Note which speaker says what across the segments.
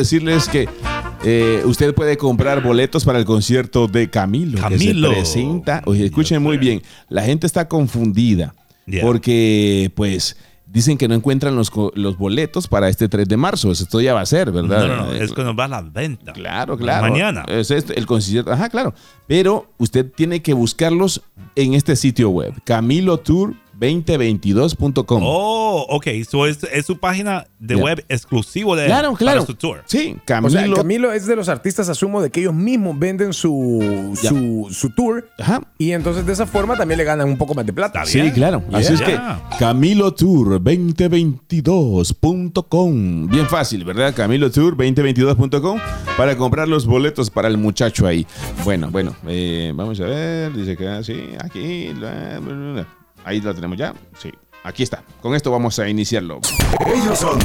Speaker 1: decirles que eh, usted puede comprar boletos para el concierto de Camilo. que se
Speaker 2: Camilo.
Speaker 1: presenta. Oye, escuchen
Speaker 2: Yes,
Speaker 1: muy
Speaker 2: sir.
Speaker 1: bien. La gente está confundida
Speaker 2: Yeah.
Speaker 1: porque, pues. Dicen que no encuentran los, co- los boletos para este 3 de marzo. Esto ya va a ser, ¿verdad?
Speaker 2: No, no, no,
Speaker 1: Eh,
Speaker 2: es cuando va a la venta.
Speaker 1: Claro, claro. Eh.
Speaker 2: Mañana.
Speaker 1: Es esto, el concierto. Ajá, claro. Pero usted tiene que buscarlos en este sitio web, camilotour2022.com.
Speaker 2: Oh, ok. So es, es su página de
Speaker 1: Yeah.
Speaker 2: web exclusivo de
Speaker 1: claro, claro.
Speaker 2: para su tour.
Speaker 1: Sí,
Speaker 3: O
Speaker 1: Camilo.
Speaker 3: sea, Camilo es de los artistas, asumo, de que ellos mismos venden su,
Speaker 1: Ya.
Speaker 3: su, su tour.
Speaker 1: Ajá.
Speaker 3: Y entonces de esa forma también le ganan un poco más de plata.
Speaker 2: Está
Speaker 1: Sí,
Speaker 2: bien.
Speaker 1: claro. Así es que
Speaker 2: Yeah.
Speaker 1: camilotour2022.com. Bien fácil, ¿verdad? Camilotour2022.com para comprar los boletos para el muchacho ahí. Bueno, bueno, eh, vamos a ver. Dice que ah, sí, aquí. la- bla, bla, bla. Ahí lo tenemos ya. Sí, aquí está. Con esto vamos a iniciarlo.
Speaker 4: Ellos son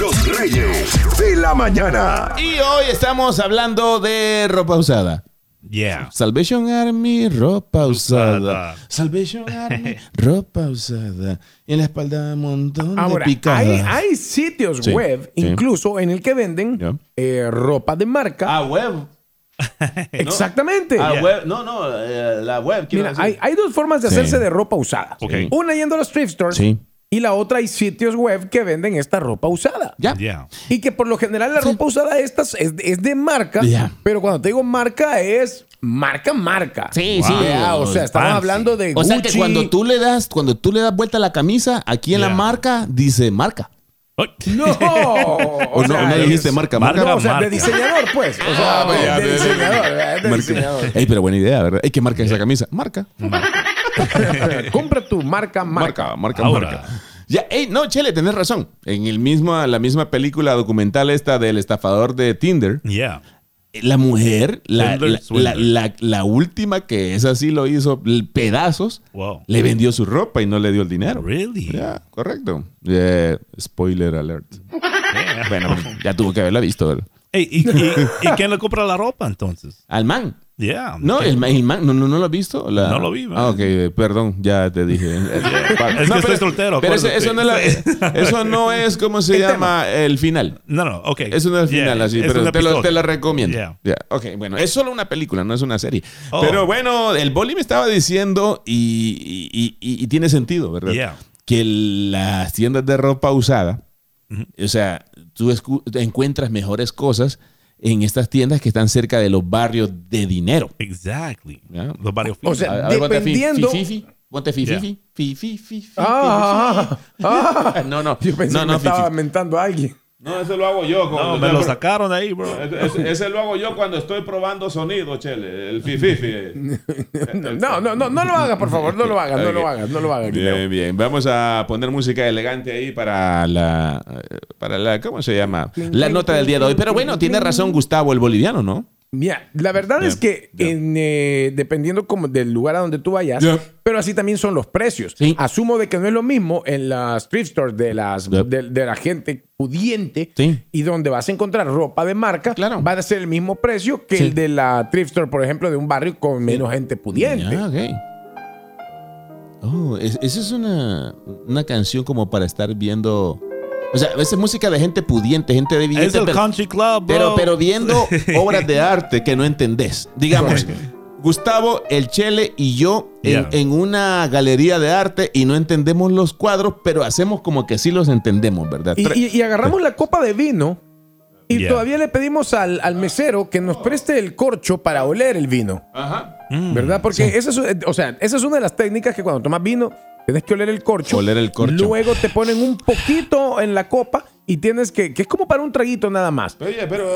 Speaker 4: los reyes de la mañana.
Speaker 1: Y hoy estamos hablando de ropa usada.
Speaker 2: Yeah.
Speaker 1: Salvation Army, ropa usada.
Speaker 2: Usada.
Speaker 1: Salvation Army, ropa usada. En la espalda un montón
Speaker 3: Ahora,
Speaker 1: de
Speaker 3: hay,
Speaker 1: picadas.
Speaker 3: hay sitios
Speaker 1: Sí,
Speaker 3: web,
Speaker 1: sí.
Speaker 3: incluso, en el que venden
Speaker 1: Ya. Ah,
Speaker 3: eh, ropa de marca.
Speaker 1: A web.
Speaker 3: Exactamente.
Speaker 1: A
Speaker 2: Ya.
Speaker 1: web. No, no, eh, la web. Ah, quiero
Speaker 3: Mira,
Speaker 1: decir.
Speaker 3: hay, hay dos formas de
Speaker 1: Sí.
Speaker 3: hacerse de ropa usada.
Speaker 2: Ok.
Speaker 3: Una yendo a los thrift stores
Speaker 1: Sí.
Speaker 3: y la otra hay sitios web que venden esta ropa usada.
Speaker 1: Ya.
Speaker 2: Yeah.
Speaker 3: Y que por lo general la ropa usada esta es, es de marca,
Speaker 1: Ya.
Speaker 3: pero cuando te digo marca es marca, marca.
Speaker 1: Sí,
Speaker 2: Wow.
Speaker 1: sí.
Speaker 3: Ya, o sea, estamos
Speaker 2: fancy.
Speaker 3: hablando de
Speaker 1: O sea que
Speaker 3: Gucci.
Speaker 1: cuando tú le das, cuando tú le das vuelta a la camisa, aquí en la
Speaker 2: Ya.
Speaker 1: marca dice marca.
Speaker 2: Oh.
Speaker 3: No, o
Speaker 1: O, no,
Speaker 3: sea,
Speaker 1: no
Speaker 3: es-
Speaker 1: dijiste marca, marca.
Speaker 2: Marca,
Speaker 3: no, o sea, de
Speaker 2: marca.
Speaker 3: diseñador, pues. O sea,
Speaker 1: Ah,
Speaker 3: de-
Speaker 1: ya, ya,
Speaker 3: de,
Speaker 1: ya,
Speaker 3: diseñador, eh, de
Speaker 1: Marca.
Speaker 3: diseñador.
Speaker 1: Ey, pero buena idea, ¿verdad? Ey, ¿qué marca es esa camisa? Marca.
Speaker 3: Compra tu marca, Mm. marca.
Speaker 1: Marca, marca,
Speaker 2: Ahora.
Speaker 1: marca. Ya, ey, no, Chele, tenés razón. En el mismo, la misma película documental esta del estafador de Tinder,
Speaker 2: Yeah.
Speaker 1: la mujer, la,
Speaker 2: Swindler,
Speaker 1: la-
Speaker 2: swindler.
Speaker 1: la- la- la última que es así lo hizo l- pedazos,
Speaker 2: Wow.
Speaker 1: le vendió su ropa y no le dio el dinero.
Speaker 2: Really?
Speaker 1: Ya, correcto. Eh, spoiler alert. Bueno, pero ya tuvo que haberla visto. ¿verdad?
Speaker 2: Ey, y, y- y quién le compra la ropa entonces?
Speaker 1: Al man.
Speaker 2: Yeah.
Speaker 1: No, el, ma- el man, no, no, no lo has visto. La-
Speaker 2: No lo vi, man.
Speaker 1: Ah, ok, eh, perdón, ya te dije. Eh, pa-
Speaker 2: que estoy soltero,
Speaker 1: Pero ese-
Speaker 2: acuérdate.
Speaker 1: eso, no es la- eso no es, ¿cómo se
Speaker 3: El
Speaker 1: llama? El final.
Speaker 2: No, no, ok.
Speaker 1: Eso no es el
Speaker 2: Yeah,
Speaker 1: final, así,
Speaker 2: es
Speaker 1: pero te
Speaker 2: un
Speaker 1: lo,
Speaker 2: episodio.
Speaker 1: te lo recomiendo.
Speaker 2: Yeah.
Speaker 1: Ya, Ok, bueno, es solo una película, no es una serie.
Speaker 2: Oh.
Speaker 1: Pero bueno, el Boli me estaba diciendo y, y- y- y tiene sentido, ¿verdad?
Speaker 2: Yeah.
Speaker 1: Que las tiendas de ropa usada, o sea, tú escu- encuentras mejores cosas en estas tiendas que están cerca de los barrios de dinero.
Speaker 2: Exactly.
Speaker 1: Yeah.
Speaker 2: Los varios
Speaker 3: O sea,
Speaker 1: A ver, a ver, ponte fi-
Speaker 3: dependiendo-
Speaker 1: fi- fi- fi. Ponte fi- fi-
Speaker 2: Ya.
Speaker 1: fi. Fi- fi- fi- fi.
Speaker 3: Ah, ah, ah.
Speaker 1: No, no.
Speaker 3: Yo pensé
Speaker 1: No,
Speaker 3: que
Speaker 1: no,
Speaker 3: me estaba
Speaker 1: Fifi.
Speaker 3: mentando a alguien.
Speaker 1: No, eso lo hago yo.
Speaker 2: No, me lo sacaron ahí, bro.
Speaker 1: Ese, lo hago yo cuando estoy probando sonido, Chele. El fififi.
Speaker 3: No, no, no, no lo hagas, por favor, no lo hagas, no lo
Speaker 1: Ok.
Speaker 3: hagas, no lo hagas. Guillermo.
Speaker 1: Bien, bien. Vamos a poner música elegante ahí para la, para la, ¿cómo se llama? La nota del día de hoy. Pero bueno, tiene razón Gustavo, el boliviano, ¿no?
Speaker 3: Mira, la verdad
Speaker 1: Ya,
Speaker 3: es que
Speaker 1: ya.
Speaker 3: en, eh, dependiendo como del lugar a donde tú vayas,
Speaker 1: Ya.
Speaker 3: pero así también son los precios.
Speaker 1: Sí.
Speaker 3: Asumo de que no es lo mismo en las thrift stores de, las,
Speaker 1: Ya.
Speaker 3: de, de la gente pudiente
Speaker 1: Sí.
Speaker 3: y donde vas a encontrar ropa de marca,
Speaker 1: Claro.
Speaker 3: va a ser el mismo precio que
Speaker 1: Sí.
Speaker 3: el de la thrift store, por ejemplo, de un barrio con menos gente pudiente.
Speaker 1: Ah, ok. Oh, es- esa es una, una canción como para estar viendo. O sea, esa es música de gente pudiente, gente de billete.
Speaker 2: Es el
Speaker 1: pero,
Speaker 2: country club,
Speaker 1: pero,
Speaker 2: bro.
Speaker 1: pero viendo obras de arte que no entendés. Digamos, Gustavo, el Chele y yo en,
Speaker 2: Yeah.
Speaker 1: en una galería de arte y no entendemos los cuadros, pero hacemos como que sí los entendemos, ¿verdad?
Speaker 3: Y,
Speaker 1: Tre-
Speaker 3: y- y agarramos la copa de vino y
Speaker 2: Ya.
Speaker 3: todavía le pedimos al, al mesero que nos preste el corcho para oler el vino.
Speaker 2: Mm.
Speaker 3: ¿Verdad? Porque esa, es, eh, o sea, esa es una de las técnicas que cuando tomas vino tienes que oler el corcho.
Speaker 1: Oler el corcho.
Speaker 3: Luego te ponen un poquito en la copa y tienes que, que es como para un traguito nada más.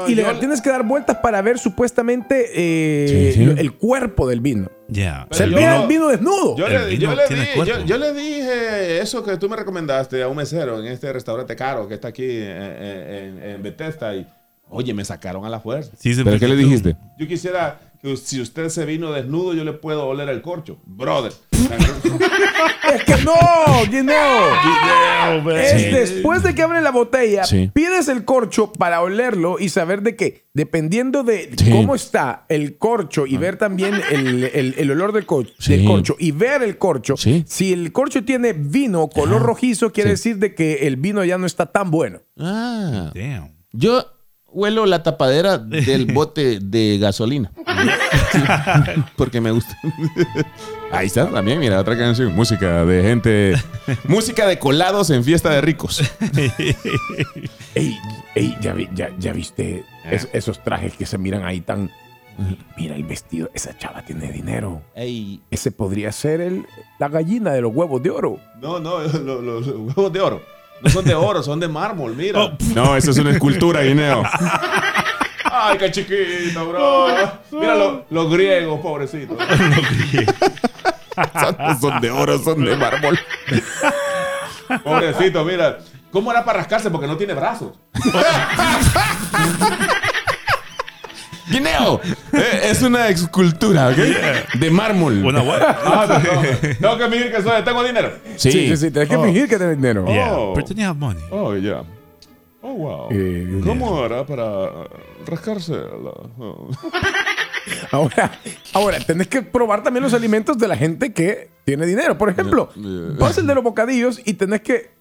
Speaker 3: y le tienes que dar vueltas para ver supuestamente eh,
Speaker 1: Sí, sí.
Speaker 3: lo- el cuerpo del vino.
Speaker 2: Yeah.
Speaker 3: O sea,
Speaker 1: Pero
Speaker 3: el vino,
Speaker 1: yo-
Speaker 3: el vino desnudo.
Speaker 1: Yo
Speaker 2: El
Speaker 1: le,
Speaker 2: vino
Speaker 1: yo le
Speaker 2: tiene
Speaker 1: di-
Speaker 2: cuerpo.
Speaker 1: yo- yo le dije eso que tú me recomendaste a un mesero en este restaurante caro que está aquí en, en, en- en Bethesda y, oye, me sacaron a la fuerza.
Speaker 2: Sí, se ¿Pero me qué le quitó. dijiste?
Speaker 1: Yo quisiera que si usted se vino desnudo, yo le puedo oler el corcho. Brother.
Speaker 3: Es que no, que no. Es después de que abre la botella,
Speaker 1: Sí.
Speaker 3: pides el corcho para olerlo y saber de que, dependiendo de
Speaker 1: Sí.
Speaker 3: cómo está el corcho y ver también el, el- el olor del, co- del
Speaker 1: Sí.
Speaker 3: corcho y ver el corcho,
Speaker 1: Sí.
Speaker 3: si el corcho tiene vino o color rojizo, quiere decir de que el vino ya no está tan bueno.
Speaker 1: ah,
Speaker 2: Damn.
Speaker 1: yo huelo la tapadera del bote de gasolina. Porque me gusta. Ahí está también, mira, otra canción. Música de gente. Música de colados en fiesta de ricos.
Speaker 3: Ey, ey, ya, vi- ya, ya viste
Speaker 1: Eh.
Speaker 3: es- esos trajes que se miran ahí tan. Mira el vestido, esa chava tiene dinero.
Speaker 1: Ey.
Speaker 3: Ese podría ser el, la gallina de los huevos de oro.
Speaker 1: No, no, los, huevos de oro. No son de oro, son de mármol, mira. Oh, no, eso es una escultura, Guineo. Ay, qué chiquito, bro. Mira lo- los griegos, pobrecitos. son, son de oro, son de mármol. Pobrecito, mira. ¿Cómo era para rascarse? Porque no tiene brazos. Guineo, eh, es una escultura, ¿ok? De mármol.
Speaker 2: Una
Speaker 1: Ah,
Speaker 2: what?
Speaker 1: no, no. Tengo que fingir que soy, tengo dinero.
Speaker 3: sí, sí, tenés que fingir que tenés dinero.
Speaker 2: Yeah.
Speaker 1: Oh.
Speaker 2: Pretend you have money.
Speaker 1: Oh, ya. Oh, wow.
Speaker 3: Eh,
Speaker 1: ¿Cómo hará para rascarse? la- oh?
Speaker 3: Ahora, ahora, tenés que probar también los alimentos de la gente que tiene dinero. Por ejemplo,
Speaker 1: Yeah.
Speaker 3: vas el de los bocadillos y tenés que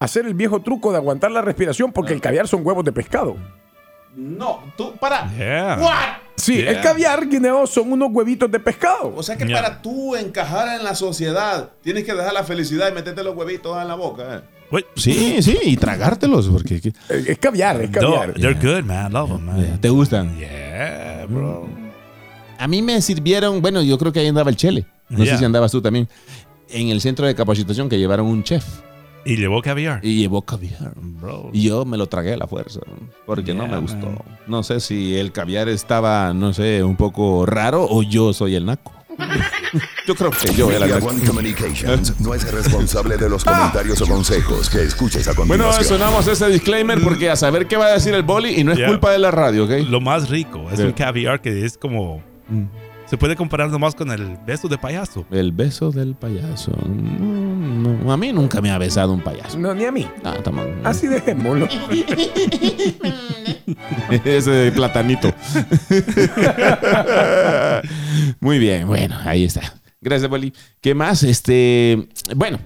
Speaker 3: hacer el viejo truco de aguantar la respiración porque el caviar son huevos de pescado.
Speaker 1: No, tú, para.
Speaker 2: Yeah.
Speaker 1: What?
Speaker 3: Sí,
Speaker 2: Yeah.
Speaker 3: el caviar guineo son unos huevitos de pescado.
Speaker 1: O sea que
Speaker 2: Ya.
Speaker 1: para tú encajar en la sociedad, tienes que dejar la felicidad y meterte los huevitos en la boca. eh.
Speaker 2: Wait.
Speaker 1: Sí, sí, y tragártelos, porque
Speaker 3: Eh, es caviar, es
Speaker 2: No,
Speaker 3: caviar.
Speaker 2: they're good, man. I love them, man.
Speaker 1: te gustan.
Speaker 2: Yeah, bro.
Speaker 1: A mí me sirvieron, bueno, yo creo que ahí andaba el chele. No
Speaker 2: Yeah.
Speaker 1: sé si andabas tú también. En el centro de capacitación que llevaron un chef
Speaker 2: Y llevó caviar.
Speaker 1: y llevó caviar.
Speaker 2: Bro.
Speaker 1: Y yo me lo tragué a la fuerza, porque no
Speaker 2: Yeah,
Speaker 1: me gustó.
Speaker 2: man.
Speaker 1: No sé si el caviar estaba, no sé, un poco raro o yo soy el naco. yo creo que yo era el
Speaker 4: Media
Speaker 1: naco.
Speaker 4: One Communications no es responsable de los comentarios o consejos que escuches a
Speaker 1: Ah. Bueno,
Speaker 4: continuación.
Speaker 1: sonamos ese disclaimer porque a saber qué va a decir el boli y no es
Speaker 2: Yeah.
Speaker 1: culpa de la radio, ¿ok?
Speaker 2: Lo más rico es
Speaker 1: Yeah. Mm.
Speaker 2: el caviar que es como. Se puede comparar nomás con el beso de payaso.
Speaker 1: El beso del payaso. Mm, no, a mí nunca me ha besado un payaso.
Speaker 3: No, ni a mí.
Speaker 1: Ah, tamo-
Speaker 3: Así dejémoslo.
Speaker 1: Ese platanito. Muy bien, bueno, ahí está. Gracias, Boli. ¿Qué más? Este, bueno,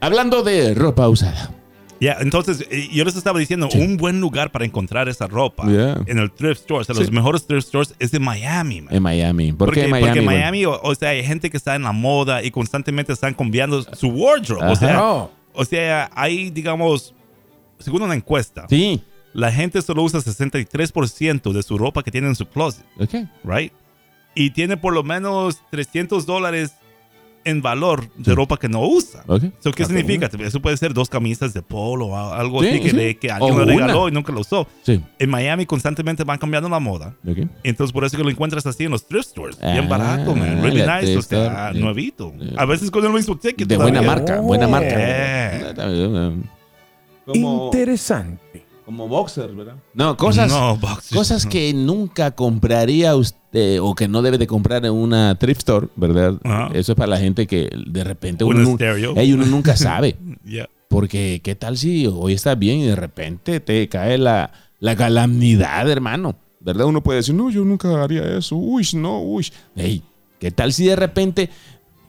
Speaker 1: hablando de ropa usada.
Speaker 2: Ya, entonces eh, yo les estaba diciendo, un buen lugar para encontrar esa ropa
Speaker 1: Yeah.
Speaker 2: en el thrift stores, en los mejores thrift stores, es de Miami, man.
Speaker 1: En Miami. ¿Por
Speaker 2: Porque,
Speaker 1: qué Miami?
Speaker 2: porque
Speaker 1: Boli?
Speaker 2: Miami, o, o sea, hay gente que está en la moda y constantemente están cambiando su wardrobe.
Speaker 1: Ajá.
Speaker 2: O sea,
Speaker 3: No.
Speaker 2: o sea, hay, digamos, según una encuesta,
Speaker 1: Sí.
Speaker 2: la gente solo usa 63% de su ropa que tiene en su closet,
Speaker 1: Ok.
Speaker 2: ¿right? Y tiene por lo menos 300 dólares en valor de ropa que no usa.
Speaker 1: Ok.
Speaker 2: So, ¿Qué
Speaker 1: Ok.
Speaker 2: significa? Eso puede ser dos camisas de polo o algo
Speaker 1: Sí,
Speaker 2: así que,
Speaker 1: sí.
Speaker 2: le- que
Speaker 1: O
Speaker 2: alguien le regaló
Speaker 1: una.
Speaker 2: y nunca lo usó.
Speaker 1: Sí.
Speaker 2: En Miami constantemente van cambiando la moda.
Speaker 1: Ok.
Speaker 2: Entonces por eso que lo encuentras así en los thrift stores.
Speaker 1: Ah,
Speaker 2: bien barato, man. Really
Speaker 1: la
Speaker 2: nice. O
Speaker 1: thrift
Speaker 2: sea,
Speaker 1: store.
Speaker 2: nuevito.
Speaker 1: Yeah.
Speaker 2: A veces con el mismo ticket.
Speaker 1: De buena
Speaker 2: todavía.
Speaker 1: marca, buena
Speaker 3: Oh.
Speaker 1: marca.
Speaker 2: Eh.
Speaker 3: Interesante.
Speaker 1: como boxer, ¿verdad? No, cosas.
Speaker 2: No, boxers,
Speaker 1: Cosas
Speaker 2: no.
Speaker 1: que nunca compraría usted o que no debe de comprar en una thrift store, ¿verdad?
Speaker 2: Ajá.
Speaker 1: Eso es para la gente que de repente
Speaker 2: Un
Speaker 1: uno, nu-
Speaker 2: estéreo.
Speaker 1: Ey, uno nunca sabe.
Speaker 2: Yeah.
Speaker 1: Porque qué tal si hoy estás bien y de repente te cae la, la calamidad, hermano. ¿Verdad? Uno puede decir, no, yo nunca haría eso. Uy, no, uy. Ey, ¿qué tal si de repente,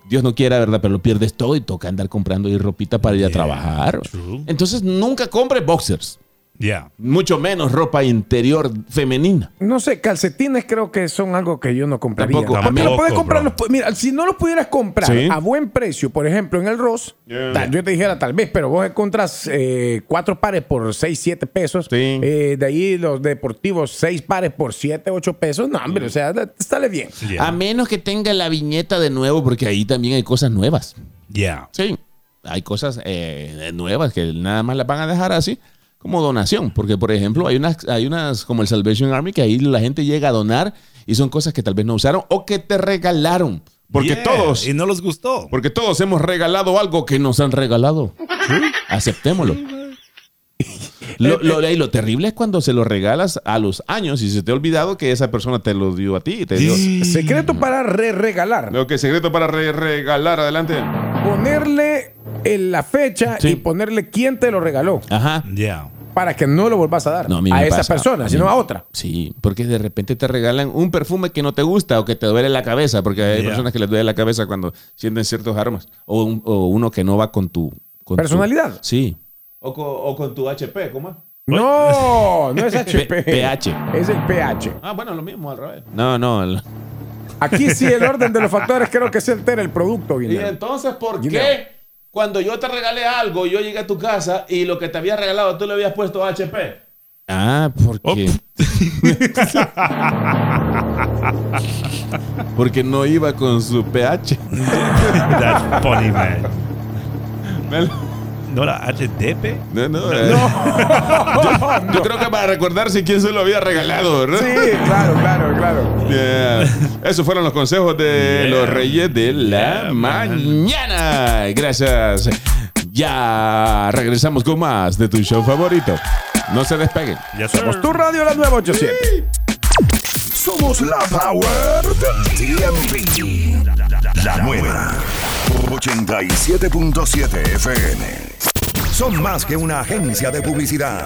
Speaker 1: Dios no quiera, ¿verdad? Pero lo pierdes todo y toca andar comprando y ropita para ir a
Speaker 2: Yeah,
Speaker 1: trabajar.
Speaker 2: true.
Speaker 1: Entonces nunca compre boxers.
Speaker 2: Yeah.
Speaker 1: Mucho menos ropa interior femenina.
Speaker 3: No sé, calcetines creo que son algo que yo no compraría.
Speaker 1: Tampoco,
Speaker 3: Porque
Speaker 2: tampoco,
Speaker 3: lo puedes comprar,
Speaker 2: bro.
Speaker 3: los pu- mira, si no los pudieras comprar
Speaker 1: Sí.
Speaker 3: a buen precio, por ejemplo, en el Ross,
Speaker 1: Yeah.
Speaker 3: tal- yo te dijera tal vez, pero vos encontrás eh, cuatro pares por seis, siete pesos.
Speaker 1: Sí.
Speaker 3: Eh, de ahí los deportivos, seis pares por siete, ocho pesos. No, hombre, o sea, da- te sale bien.
Speaker 2: Yeah.
Speaker 1: A menos que tenga la viñeta de nuevo, porque ahí también hay cosas nuevas.
Speaker 2: Yeah.
Speaker 1: Sí, hay cosas eh, nuevas que nada más las van a dejar así como donación, porque por ejemplo hay unas, hay unas como el Salvation Army que ahí la gente llega a donar y son cosas que tal vez no usaron o que te regalaron, porque
Speaker 2: Yeah.
Speaker 1: todos,
Speaker 2: Y no les gustó.
Speaker 1: porque todos hemos regalado algo que nos han regalado, aceptémoslo. Lo, lo, y lo terrible es cuando se lo regalas a los años y se te ha olvidado que esa persona te lo dio a ti. y Te dio.
Speaker 3: Secreto para re regalar.
Speaker 1: Lo que secreto para re- regalar, adelante.
Speaker 3: Ponerle en la fecha
Speaker 1: Sí.
Speaker 3: y ponerle quién te lo regaló
Speaker 1: Ajá.
Speaker 2: Yeah.
Speaker 3: para que no lo vuelvas a dar
Speaker 1: No, a mí
Speaker 3: a
Speaker 1: me
Speaker 3: esa
Speaker 1: pasa.
Speaker 3: persona,
Speaker 1: mí
Speaker 3: sino
Speaker 1: me-
Speaker 3: a otra.
Speaker 1: Sí, porque de repente te regalan un perfume que no te gusta o que te duele la cabeza, porque hay
Speaker 2: Yeah.
Speaker 1: personas que les duele la cabeza cuando sienten ciertos aromas, o, un- o uno que no va con tu con tu-
Speaker 3: Personalidad.
Speaker 1: sí. O con, tu HP, ¿cómo
Speaker 3: No, no es HP.
Speaker 1: pH.
Speaker 3: Es el pH.
Speaker 1: Ah, bueno, lo mismo al revés. No, no. el-
Speaker 3: Aquí sí el orden de los factores creo que se altera el producto,
Speaker 5: Y
Speaker 3: Guillermo.
Speaker 5: entonces, ¿por
Speaker 3: You
Speaker 5: qué cuando yo te regalé algo, yo llegué a tu casa y lo que te había regalado tú le habías puesto HP?
Speaker 1: Ah, porque. porque no iba con su pH.
Speaker 2: That's funny, man. ¿No era HDP?
Speaker 1: No, no. eh. Yo, yo creo que para recordarse quién se lo había regalado, ¿verdad?
Speaker 3: Sí, claro, claro, claro.
Speaker 1: Yeah. Esos fueron los consejos de
Speaker 2: Yeah.
Speaker 1: los Reyes de la
Speaker 2: Yeah, man.
Speaker 1: Mañana. Gracias. Ya regresamos con más de tu show favorito. No se despeguen.
Speaker 2: Ya
Speaker 3: Somos Pues tu radio la 987.
Speaker 4: Somos la Power del TMP. La nueva 87.7 FM. Son más que una agencia de publicidad.